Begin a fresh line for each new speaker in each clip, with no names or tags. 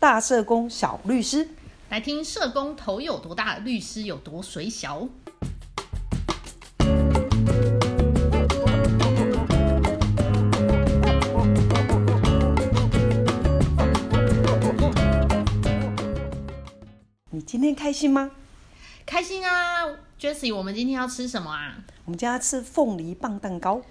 大社工小律师。
来听社工头有多大，律师有多水小。
你今天开心吗？
开心啊，Jessie，我们今天要吃什么啊？
我们家吃凤梨棒蛋糕，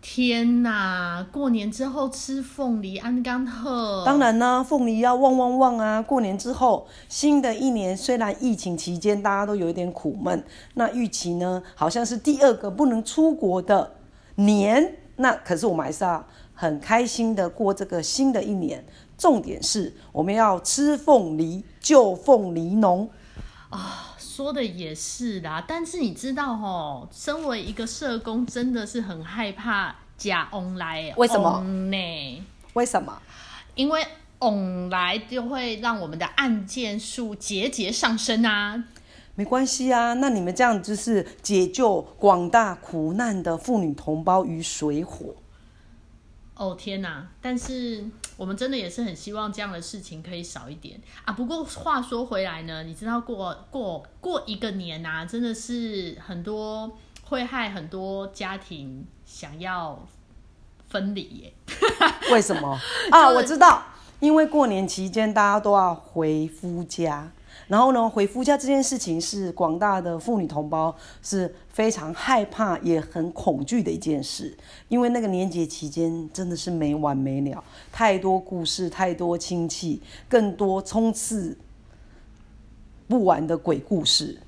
天呐，过年之后吃凤梨安甘贺，
当然呢、凤梨要旺旺旺啊！过年之后，新的一年虽然疫情期间大家都有一点苦闷，那预期呢好像是第二个不能出国的年，那可是我们还是要很开心的过这个新的一年。重点是我们要吃凤梨，救凤梨农。
说的也是啦。但是你知道哦，身为一个社工，真的是很害怕假 on 来，
为什么
呢？
为什么？
因为 on 来就会让我们的案件数节节上升啊。
没关系啊，那你们这样就是解救广大苦难的妇女同胞于水 火。
哦天哪！但是我们真的也是很希望这样的事情可以少一点啊。不过话说回来呢，你知道过过过一个年啊，真的是很多会害很多家庭想要分离耶。
为什么啊？
就是
我知道，因为过年期间大家都要回夫家，然后呢，回夫家这件事情是广大的妇女同胞是非常害怕也很恐惧的一件事，因为那个年节期间真的是没完没了，太多故事，太多亲戚，更多冲刺不完的鬼故事。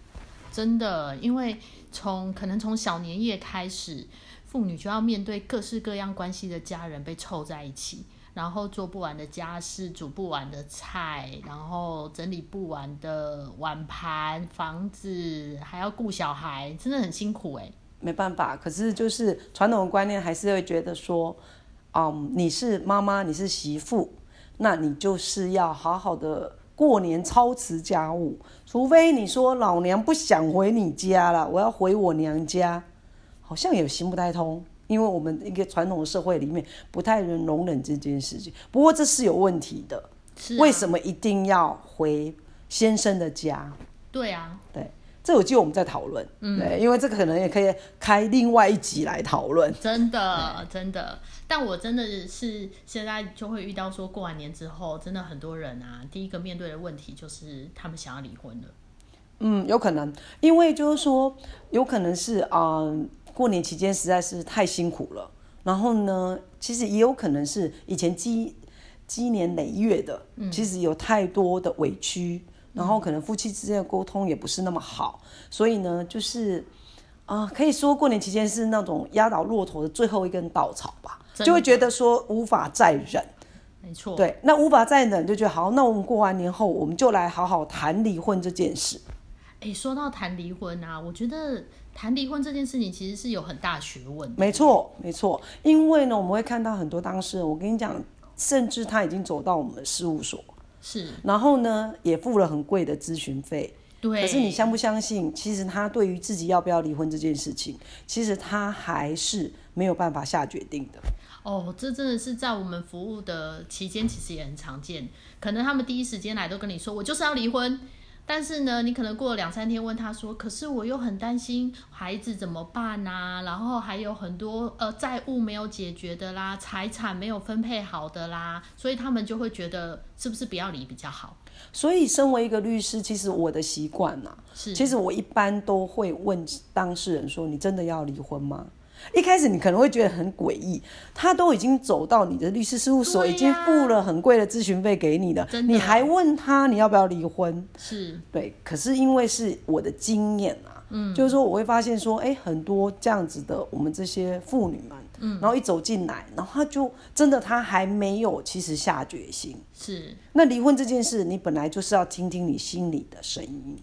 真的，因为从可能从小年夜开始，妇女就要面对各式各样关系的家人被凑在一起，然后做不完的家事，煮不完的菜，然后整理不完的碗盘、房子，还要顾小孩，真的很辛苦哎、
没办法，可是就是传统的观念还是会觉得说，嗯，你是妈妈，你是媳妇，那你就是要好好的过年操持家务，除非你说老娘不想回你家了，我要回我娘家，好像也行不太通。因为我们一个传统的社会里面不太能容忍这件事情，不过这是有问题的。
是、
为
啊，
什么一定要回先生的家？
对啊，
对，这有机会我们再讨论。嗯，对，因为这个可能也可以开另外一集来讨论。
真的真的，但我真的是现在就会遇到说，过完年之后，真的很多人啊，第一个面对的问题就是他们想要离婚了。
嗯，有可能，因为就是说，有可能是啊、呃过年期间实在是太辛苦了。然后呢，其实也有可能是以前积积年累月的，
嗯
其实有太多的委屈，然后可能夫妻之间的沟通也不是那么好，所以呢，就是啊、可以说过年期间是那种压倒骆驼的最后一根稻草吧，
真
就会
的
觉得说无法再忍。
没错，
对，那无法再忍，就觉得好，那我们过完年后，我们就来好好谈离婚这件事。
哎，说到谈离婚啊，我觉得谈离婚这件事情其实是有很大学问的。
没错，没错，因为呢，我们会看到很多当事人，我跟你讲，甚至他已经走到我们的事务所，
是，
然后呢，也付了很贵的咨询费。
对。
可是你相不相信，其实他对于自己要不要离婚这件事情，其实他还是没有办法下决定的。
哦，这真的是在我们服务的期间，其实也很常见。可能他们第一时间来都跟你说，我就是要离婚。但是呢，你可能过了两三天问他说，可是我又很担心孩子怎么办呐、然后还有很多呃债务没有解决的啦，财产没有分配好的啦，所以他们就会觉得是不是不要离比较好？
所以，身为一个律师，其实我的习惯啊呐、
是，
其实我一般都会问当事人说：“你真的要离婚吗？”一开始你可能会觉得很诡异，他都已经走到你的律师事务所，
对呀
已经付了很贵的咨询费给你了，
真的
你还问他你要不要离婚？
是
对，可是因为是我的经验啊，嗯，就是说我会发现说，哎，很多这样子的我们这些妇女们，嗯，然后一走进来，然后他就真的他还没有其实下决心，
是，
那离婚这件事，你本来就是要听听你心里的声音。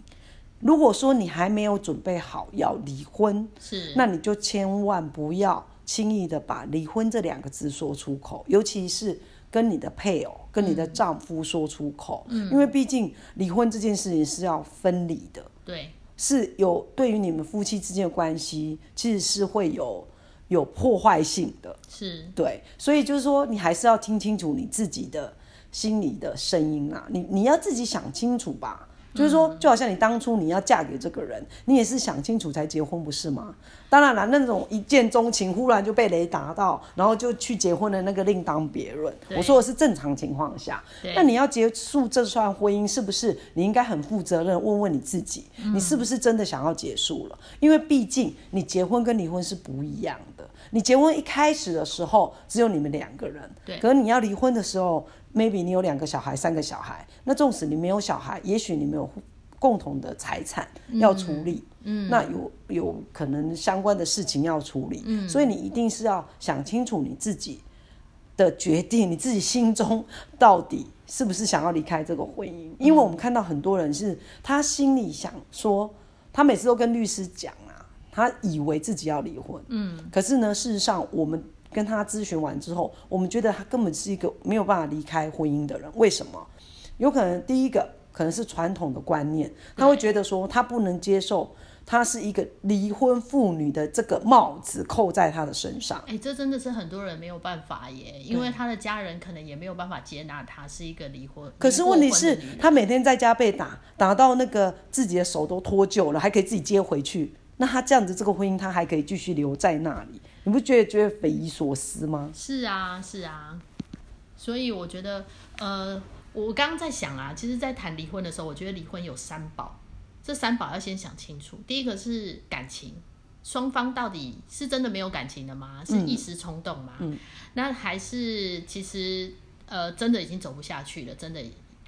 如果说你还没有准备好要离婚，
是
那你就千万不要轻易的把离婚这两个字说出口，尤其是跟你的配偶、跟你的丈夫说出口，因为毕竟离婚这件事情是要分离的，
对，
是有对于你们夫妻之间的关系，其实是会有有破坏性的。
是
对，所以就是说，你还是要听清楚你自己的心里的声音啊，你你要自己想清楚吧。就是
嗯
说，就好像你当初你要嫁给这个人，你也是想清楚才结婚，不是吗？当然了，那种一见钟情，忽然就被雷打到，然后就去结婚的那个另当别论。
对
我说的是正常情况下
对，
那你要结束这段婚姻，是不是你应该很负责任？问问你自己，
嗯
你是不是真的想要结束了？因为毕竟你结婚跟离婚是不一样的。你结婚一开始的时候，只有你们两个人，
对
可是你要离婚的时候，maybe 你有两个小孩、三个小孩，那纵使你没有小孩，也许你们有共同的财产要处理，嗯，那有有可能相关的事情要处理，嗯，所以你一定是要想清楚你自己的决定，你自己心中到底是不是想要离开这个婚姻？因为我们看到很多人是他心里想说，他每次都跟律师讲啊，他以为自己要离婚，嗯，可是呢，事实上我们。跟他咨询完之后，我们觉得他根本是一个没有办法离开婚姻的人。为什么？有可能第一个可能是传统的观念，他会觉得说他不能接受他是一个离婚妇女的这个帽子扣在他的身上。
哎、这真的是很多人没有办法耶，因为他的家人可能也没有办法接纳他是一个离婚。
可是问题
离
是
过婚的女，人
他每天在家被打，打到那个自己的手都脱臼了，还可以自己接回去。那他这样子，这个婚姻他还可以继续留在那里，你不觉得觉得匪夷所思吗？
是啊，是啊，所以我觉得，呃，我刚刚在想啊，其实，在谈离婚的时候，我觉得离婚有三宝，这三宝要先想清楚。第一个是感情，双方到底是真的没有感情了吗？
嗯
是一时冲动吗？那还是其实呃，真的已经走不下去了，真的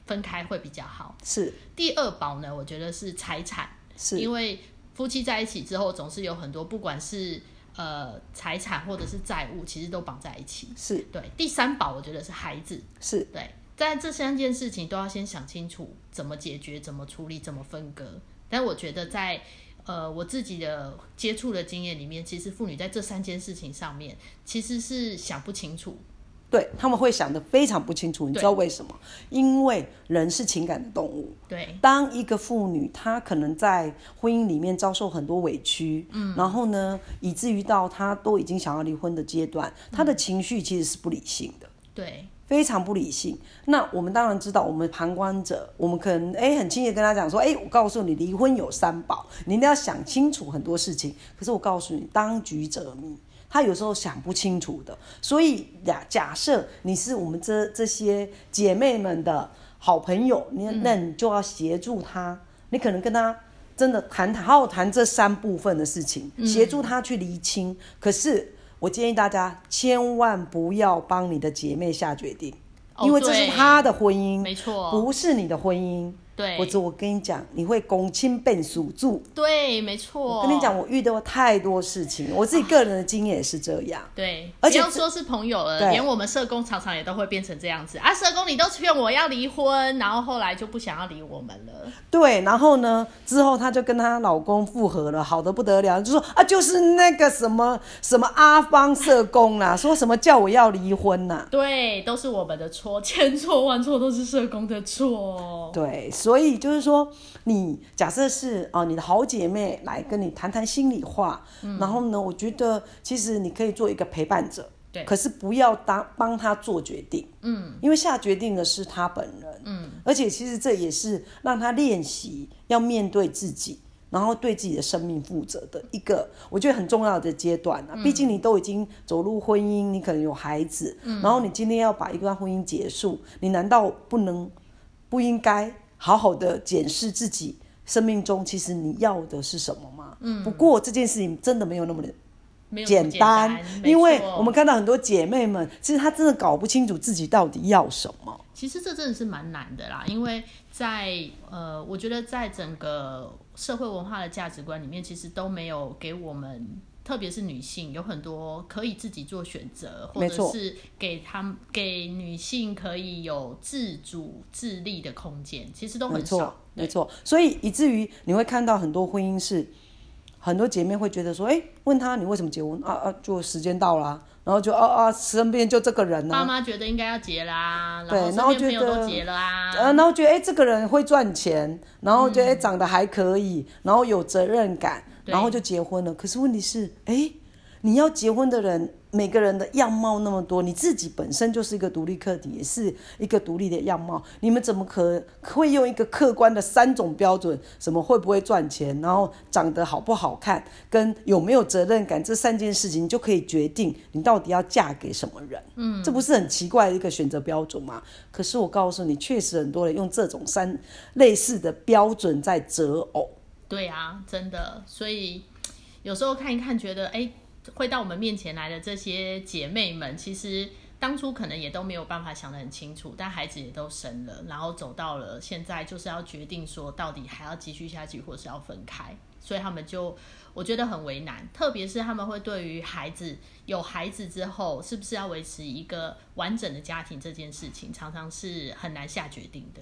分开会比较好。
是
第二宝呢，我觉得是财产。
是
因为夫妻在一起之后，总是有很多不管是呃财产或者是债务，其实都绑在一起。
是
对，第三宝我觉得是孩子，
是，
对，在这三件事情都要先想清楚怎么解决、怎么处理、怎么分割。但我觉得在呃我自己的接触的经验里面，其实妇女在这三件事情上面其实是想不清楚，
对他们会想得非常不清楚，你知道为什么？因为人是情感的动物，
对
当一个妇女，她可能在婚姻里面遭受很多委屈，嗯，然后呢，以至于到她都已经想要离婚的阶段，她的情绪其实是不理性的。
对
非常不理性。那我们当然知道，我们旁观者，我们可能哎、很轻易地跟他讲说，哎、我告诉你，离婚有三宝，你一定要想清楚很多事情。可是我告诉你，当局者迷，他有时候想不清楚的。所以假假设你是我们这这些姐妹们的好朋友，你
嗯
那你就要协助她，你可能跟她。真的谈好好谈这三部分的事情，
嗯
协助她去厘清。可是我建议大家千万不要帮你的姐妹下决定，
哦
因为这是
对
她的婚姻，
没错
不是你的婚姻。
对
我我跟你讲，你会公亲变属住。
对，没错。
跟你讲，，我遇到太多事情，我自己个人的经验也是这样。
对，
而
不
且
要
这
说是朋友了，
对
连我们社工常常也都会变成这样子啊！社工你都劝我要离婚，然后后来就不想要理我们了。
对，然后呢，之后她就跟她老公复合了，好的不得了，就说啊，就是那个什么什么阿芳社工啦，说什么叫我要离婚啊呐、
对，都是我们的错，千错万错都是社工的错。
对，所以就是说，你假设是啊、你的好姐妹来跟你谈谈心里话，然后呢，我觉得其实你可以做一个陪伴者，
对
可是不要当帮她做决定，嗯，因为下决定的是她本人，嗯，而且其实这也是让她练习要面对自己。然后对自己的生命负责的一个，我觉得很重要的阶段啊。毕竟你都已经走入婚姻，你可能有孩子，然后你今天要把一段婚姻结束，你难道不能不应该好好的检视自己生命中其实你要的是什么吗？嗯，不过这件事情真的没有那么的
没有那么
简
简单，没
因为
错
我们看到很多姐妹们，其实她真的搞不清楚自己到底要什么。
其实这真的是蛮难的啦，因为在呃，我觉得在整个社会文化的价值观里面，其实都没有给我们，特别是女性，有很多可以自己做选择，或
没
者
错
是给他们给女性可以有自主自立的空间，其实都
没
很
错
少，。
没错。所以以至于你会看到很多婚姻是，很多姐妹会觉得说，哎、问她你为什么结婚啊啊，就时间到啦、然后就啊啊，身边就这个人呢、
爸
啊。
妈觉得应该要结啦，
对
后
然后
身边朋友
觉得
都结了啊，
呃，然后觉得哎、诶这个人会赚钱，然后觉得、诶哎长得还可以，然后有责任感，
对
然后就结婚了。可是问题是，哎、你要结婚的人，每个人的样貌那么多，你自己本身就是一个独立客体，也是一个独立的样貌。你们怎么可会用一个客观的三种标准，什么会不会赚钱，然后长得好不好看，跟有没有责任感这三件事情，你就可以决定你到底要嫁给什么人？嗯，这不是很奇怪的一个选择标准吗？可是我告诉你，确实很多人用这种三类似的标准在择偶。
对啊，真的，所以有时候看一看，觉得哎、会到我们面前来的这些姐妹们，其实当初可能也都没有办法想得很清楚，但孩子也都生了，然后走到了现在，就是要决定说到底还要继续下去，或是要分开，所以他们就我觉得很为难，特别是他们会对于孩子有孩子之后，是不是要维持一个完整的家庭这件事情，常常是很难下决定的。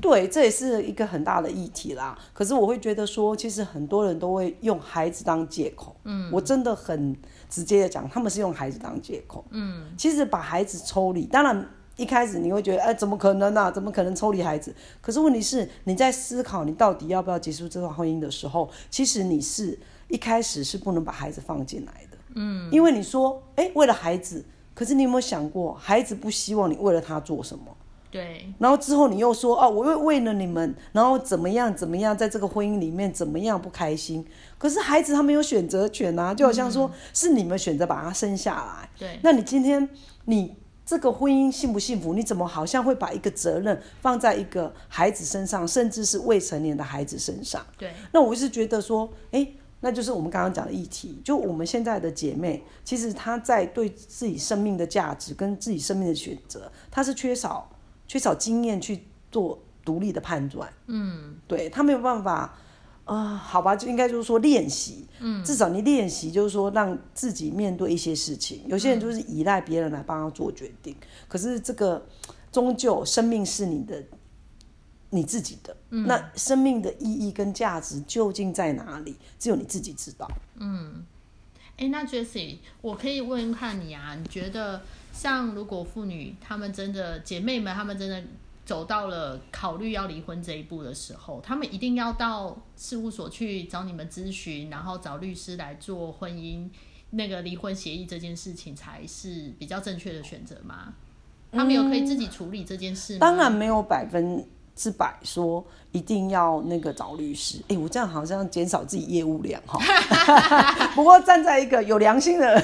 对，这也是一个很大的议题啦。可是我会觉得说，其实很多人都会用孩子当借口。嗯，我真的很直接的讲，他们是用孩子当借口。嗯，其实把孩子抽离，当然一开始你会觉得，哎，怎么可能啊？怎么可能抽离孩子？可是问题是，你在思考你到底要不要结束这段婚姻的时候，其实你是一开始是不能把孩子放进来的。嗯，因为你说，哎，为了孩子，可是你有没有想过，孩子不希望你为了他做什么？
对，
然后之后你又说啊，我又为了你们，然后怎么样怎么样，在这个婚姻里面怎么样不开心。可是孩子他们有选择权啊，就好像说、是你们选择把他生下来。
对，
那你今天你这个婚姻幸不幸福？你怎么好像会把一个责任放在一个孩子身上，甚至是未成年的孩子身上？
对，
那我是觉得说，哎、那就是我们刚刚讲的议题，就我们现在的姐妹，其实她在对自己生命的价值跟自己生命的选择，她是缺少缺少经验去做独立的判断。嗯，对，她没有办法。啊、好吧，就应该就是说练习，嗯，至少你练习，就是说让自己面对一些事情。有些人就是依赖别人来帮他做决定，可是这个终究生命是你的你自己的，那生命的意义跟价值究竟在哪里？只有你自己知道。
哎，那 Jessie，我可以问看你啊，你觉得像如果妇女她们真的姐妹们，她们真的走到了考虑要离婚这一步的时候，她们一定要到事务所去找你们咨询，然后找律师来做婚姻那个离婚协议这件事情，才是比较正确的选择吗？她们有可以自己处理这件事吗？
嗯当然没有百分之百说一定要那个找律师。哎、我这样好像减少自己业务量哈。 不过站在一个有良心的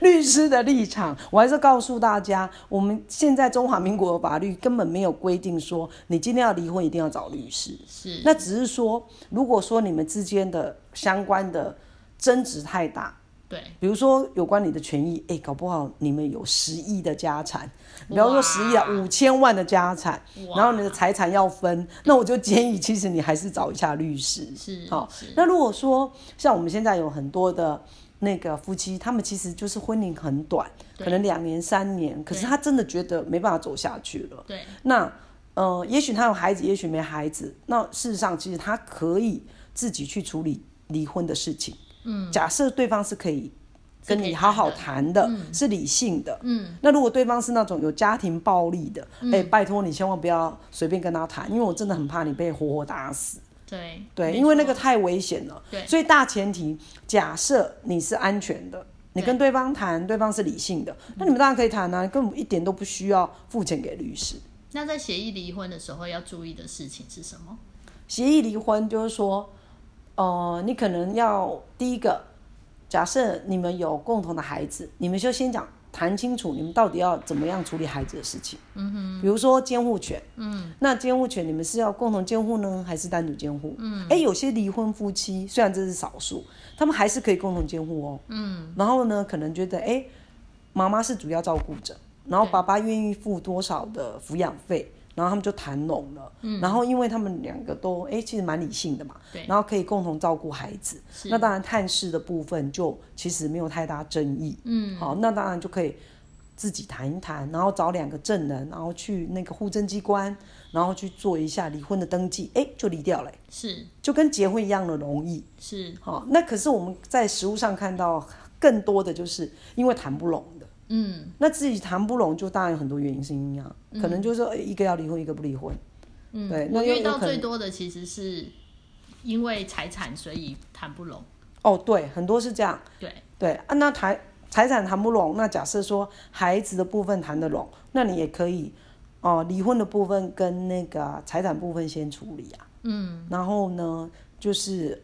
律师的立场，我还是告诉大家，我们现在中华民国的法律根本没有规定说你今天要离婚一定要找律师。
是，
那只是说，如果说你们之间的相关的争执太大，
对，
比如说有关你的权益，哎、搞不好你们有十亿的家产，比方说
哇
十亿啊，五千万的家产，
哇
然后你的财产要分，那我就建议，其实你还是找一下律师。
是
好、
是
那如果说像我们现在有很多的那个夫妻，他们其实就是婚龄很短，
对
可能两年三年，可是他真的觉得没办法走下去了。
对，
那呃，也许他有孩子，也许没孩子。那事实上，其实他可以自己去处理离婚的事情。嗯，假设对方是可以
是
跟
可以
你好好
谈
谈的，是理性的。
嗯，
那如果对方是那种有家庭暴力的，哎、拜托你千万不要随便跟他谈，因为我真的很怕你被活活打死。
对，
对，
没
因为那
错
个太危险了。
对
所以大前提，假设你是安全的，你
对嗯
跟对方谈，对方是理性的，那你们当然可以谈啊，根本一点都不需要付钱给律师。
那在协议离婚的时候要注意的事情是什么？
协议离婚就是说，呃，你可能要第一个，假设你们有共同的孩子，你们就先讲谈清楚你们到底要怎么样处理孩子的事情。嗯哼，比如说监护权。嗯，那监护权你们是要共同监护呢，还是单独监护？嗯，哎，有些离婚夫妻虽然这是少数，他们还是可以共同监护哦。嗯，然后呢，可能觉得哎，诶妈妈是主要照顾者，然后
对
爸爸愿意付多少的抚养费，然后他们就谈拢了。然后因为他们两个都哎、诶其实蛮理性的嘛，
嗯对
然后可以共同照顾孩子。
是
那当然探视的部分就其实没有太大争议。嗯，好，那当然就可以自己谈一谈，然后找两个证人，然后去那个户政机关，然后去做一下离婚的登记，哎、就离掉了、
是
就跟结婚一样的容易。
是，
好，那可是我们在实物上看到更多的就是因为谈不拢的。
嗯，
那自己谈不拢，就当然有很多原因是因啊，可能就是说诶一个要离婚，一个不离婚。嗯，对，那
我
又
遇
有
到
可能
最多的其实是因为财产，所以谈不拢。
哦，对，很多是这样。
对
对啊，那台财产谈不拢，那假设说孩子的部分谈得拢，那你也可以，哦、离婚的部分跟那个财产部分先处理啊。嗯，然后呢，就是，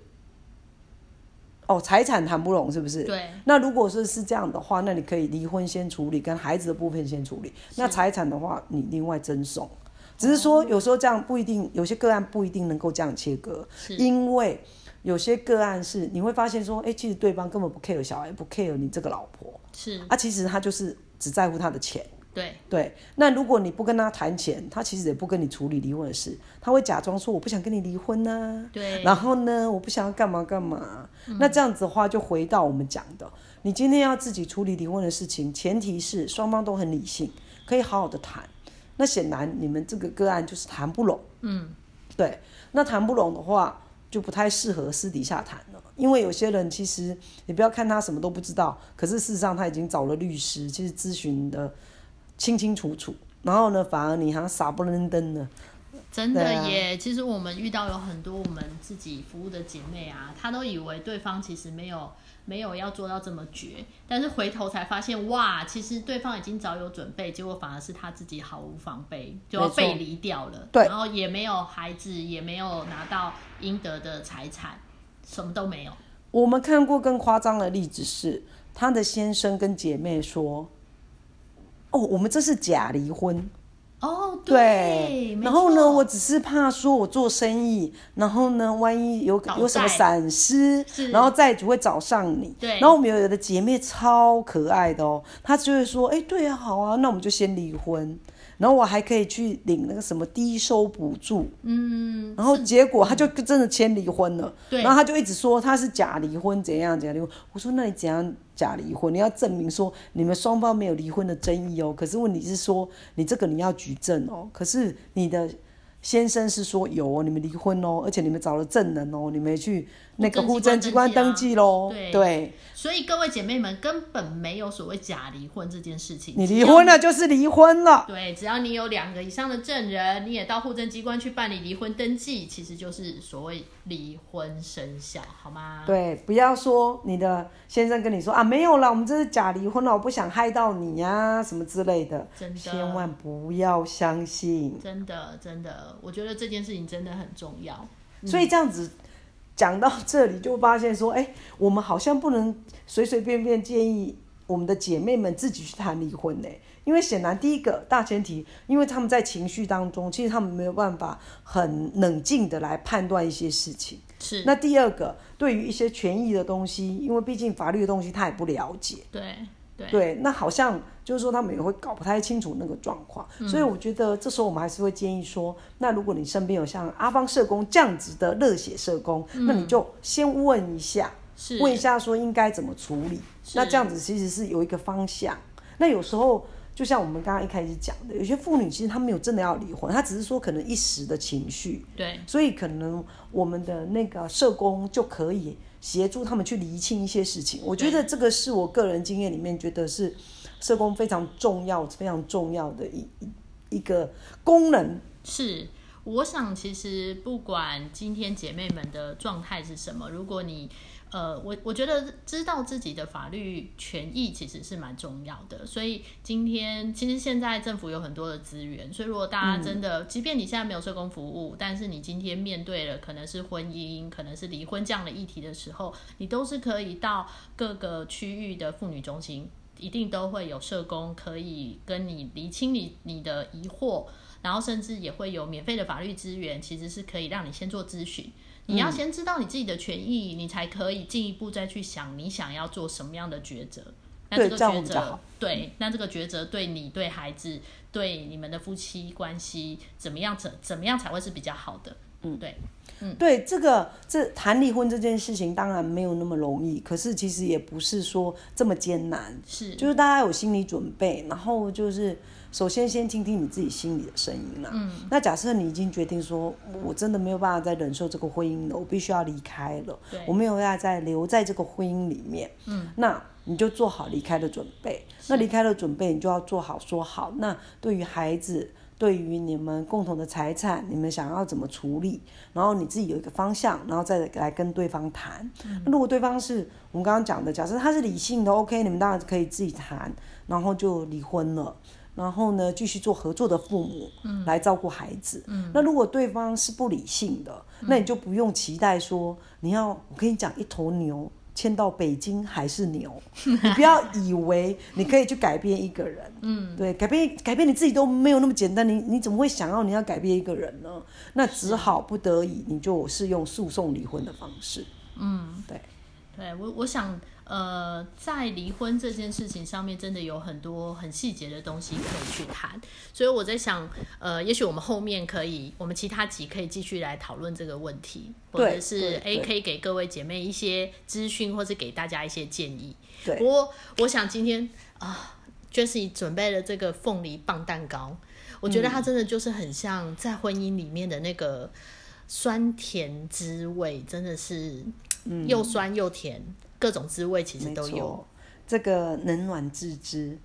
哦，财产谈不拢是不是？
对，
那如果说是这样的话，那你可以离婚先处理，跟孩子的部分先处理。那财产的话，你另外争讼。只是说有时候这样不一定，有些个案不一定能够这样切割，
嗯
因为有些个案是你会发现说，哎、其实对方根本不 care 小孩，不 care 你这个老婆，
是，
啊，其实他就是只在乎他的钱。
对，
对，那如果你不跟他谈钱，他其实也不跟你处理离婚的事，他会假装说我不想跟你离婚啊呐、
对，嗯
然后呢，我不想要干嘛干嘛。那这样子的话，就回到我们讲的，你今天要自己处理离婚的事情，前提是双方都很理性，可以好好的谈。那显然你们这个个案就是谈不拢，
嗯，
对。那谈不拢的话，就不太适合私底下谈了，因为有些人其实你不要看他什么都不知道，可是事实上他已经找了律师，其实咨询的清清楚楚。然后呢，反而你好像傻不愣登的，
真
对
的
啊
耶。其实我们遇到有很多我们自己服务的姐妹啊，她都以为对方其实没有没有要做到这么绝，但是回头才发现，哇，其实对方已经早有准备，结果反而是她自己毫无防备，就要
没错
被离掉了。
对
然后也没有孩子，也没有拿到应得的财产，什么都没有。
我们看过更夸张的例子是，她的先生跟姐妹说：“哦，我们这是假离婚。
哦，”没
然后呢，
错
我只是怕说我做生意，然后呢，万一有
倒
有什么
债
闪失
是，
然后债主会找上你。
对
然后我们有的姐妹超可爱的哦，她就会说：“哎，对啊，好啊，那我们就先离婚，然后我还可以去领那个什么低收补助。”
嗯，
然后结果他就真的签离婚了，
对
然后他就一直说他是假离婚，怎样怎样离婚。我说那你怎样假离婚？你要证明说你们双方没有离婚的争议哦。可是问题是说你这个你要举证哦。可是你的先生是说有哦，你们离婚哦，而且你们找了证人哦，你们也去那个
户
户
政
政
机
机
关
关
登
登
记
记
啊
喽。
对
对，
所以各位姐妹们根本没有所谓假离婚这件事情。
你
只
离
要
婚了就是离婚了。
对，只要你有两个以上的证人，你也到户政机关去办理离婚登记，其实就是所谓离婚生效，好吗？
对，不要说你的先生跟你说啊，没有啦，我们这是假离婚了，我不想害到你呀、什么之类的，
真的
千万不要相信。
真的真的，我觉得这件事情真的很重要。
所以这样子讲到这里，就发现说，哎、我们好像不能随随便便建议我们的姐妹们自己去谈离婚呢、因为显然第一个大前提，因为他们在情绪当中，其实他们没有办法很冷静的来判断一些事情。
是，
那第二个，对于一些权益的东西，因为毕竟法律的东西他也不了解。
对对
对，那好像就是说他们也会搞不太清楚那个状况，
嗯
所以我觉得这时候我们还是会建议说，那如果你身边有像阿芳社工这样子的热血社工，那你就先问一下，
嗯是
问一下说应该怎么处理，
是
那这样子其实是有一个方向。那有时候就像我们刚刚一开始讲的，有些妇女其实她没有真的要离婚，她只是说可能一时的情绪，
对
所以可能我们的那个社工就可以协助他们去厘清一些事情。我觉得这个是我个人经验里面觉得是社工非常重要、非常重要的一一一个功能。
是，我想其实不管今天姐妹们的状态是什么，如果你呃，我我觉得知道自己的法律权益其实是蛮重要的。所以今天其实现在政府有很多的资源，所以如果大家真的，即便你现在没有社工服务，但是你今天面对了可能是婚姻、可能是离婚这样的议题的时候，你都是可以到各个区域的妇女中心。一定都会有社工可以跟你厘清你你的疑惑，然后甚至也会有免费的法律资源，其实是可以让你先做咨询。你要先知道你自己的权益，你才可以进一步再去想你想要做什么样的抉择。那
对
个
这样
抉
会比较
择
好，
对，那这个抉择对你、对孩子、对你们的夫妻关系怎么样？怎怎么样才会是比较好的？嗯，对，
对这个这谈离婚这件事情，当然没有那么容易，可是其实也不是说这么艰难。
是，
就是大家有心理准备，然后就是首先先听听你自己心里的声音啦。嗯，那假设你已经决定说，我真的没有办法再忍受这个婚姻了，我必须要离开了
对，
我没有办法再留在这个婚姻里面。嗯，那你就做好离开的准备。那离开的准备，你就要做好说好。那对于孩子，对于你们共同的财产，你们想要怎么处理，然后你自己有一个方向，然后再来跟对方谈。那如果对方是我们刚刚讲的，假设他是理性的，OK，你们当然可以自己谈，然后就离婚了。然后呢，继续做合作的父母，嗯，来照顾孩子，嗯。那如果对方是不理性的，那你就不用期待说你要，我跟你讲，一头牛牵到北京还是 牛，你不要以为你可以去改变一个人，嗯，对，改变改变你自己都没有那么简单，你你怎么会想要你要改变一个人呢？那只好不得已，你就是用诉讼离婚的方式，嗯，对。
对我，我想，呃，在离婚这件事情上面，真的有很多很细节的东西可以去谈，所以我在想，呃，也许我们后面可以，我们其他集可以继续来讨论这个问题，或
对
者是
对
诶，
对
可以给各位姐妹一些资讯，或是给大家一些建议。
对
不过我想今天啊，Jessie 准备了这个凤梨棒蛋糕，我觉得它真的就是很像在婚姻里面的那个酸甜滋味，真的是又酸又甜，各种滋味其实
嗯没
都有，
错，这个冷暖自知，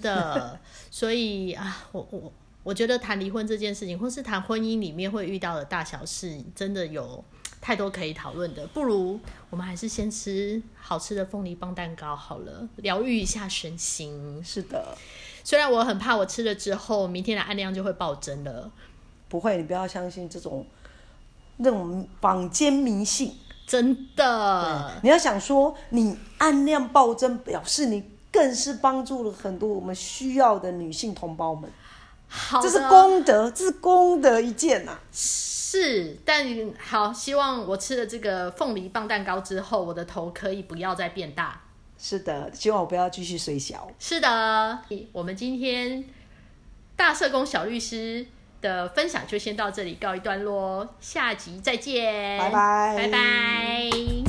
的。所以啊，我我我觉得谈离婚这件事情，或是谈婚姻里面会遇到的大小事，真的有。太多可以讨论的，不如我们还是先吃好吃的凤梨棒蛋糕好了，疗愈一下身心。
是的，
虽然我很怕我吃了之后，明天的暗量就会暴增了，
不会，你不要相信这种那种坊间迷信。
真的。
你要想说，你按量暴增，表示你更是帮助了很多我们需要的女性同胞们，
好的，
这是功德，这是功德一件啊呐、
是，但好，希望我吃了这个凤梨棒蛋糕之后，我的头可以不要再变大。
是的，希望我不要继续水小。
是的，我们今天大社工小律师的分享就先到这里告一段落哦，下集再见，
拜拜
拜拜。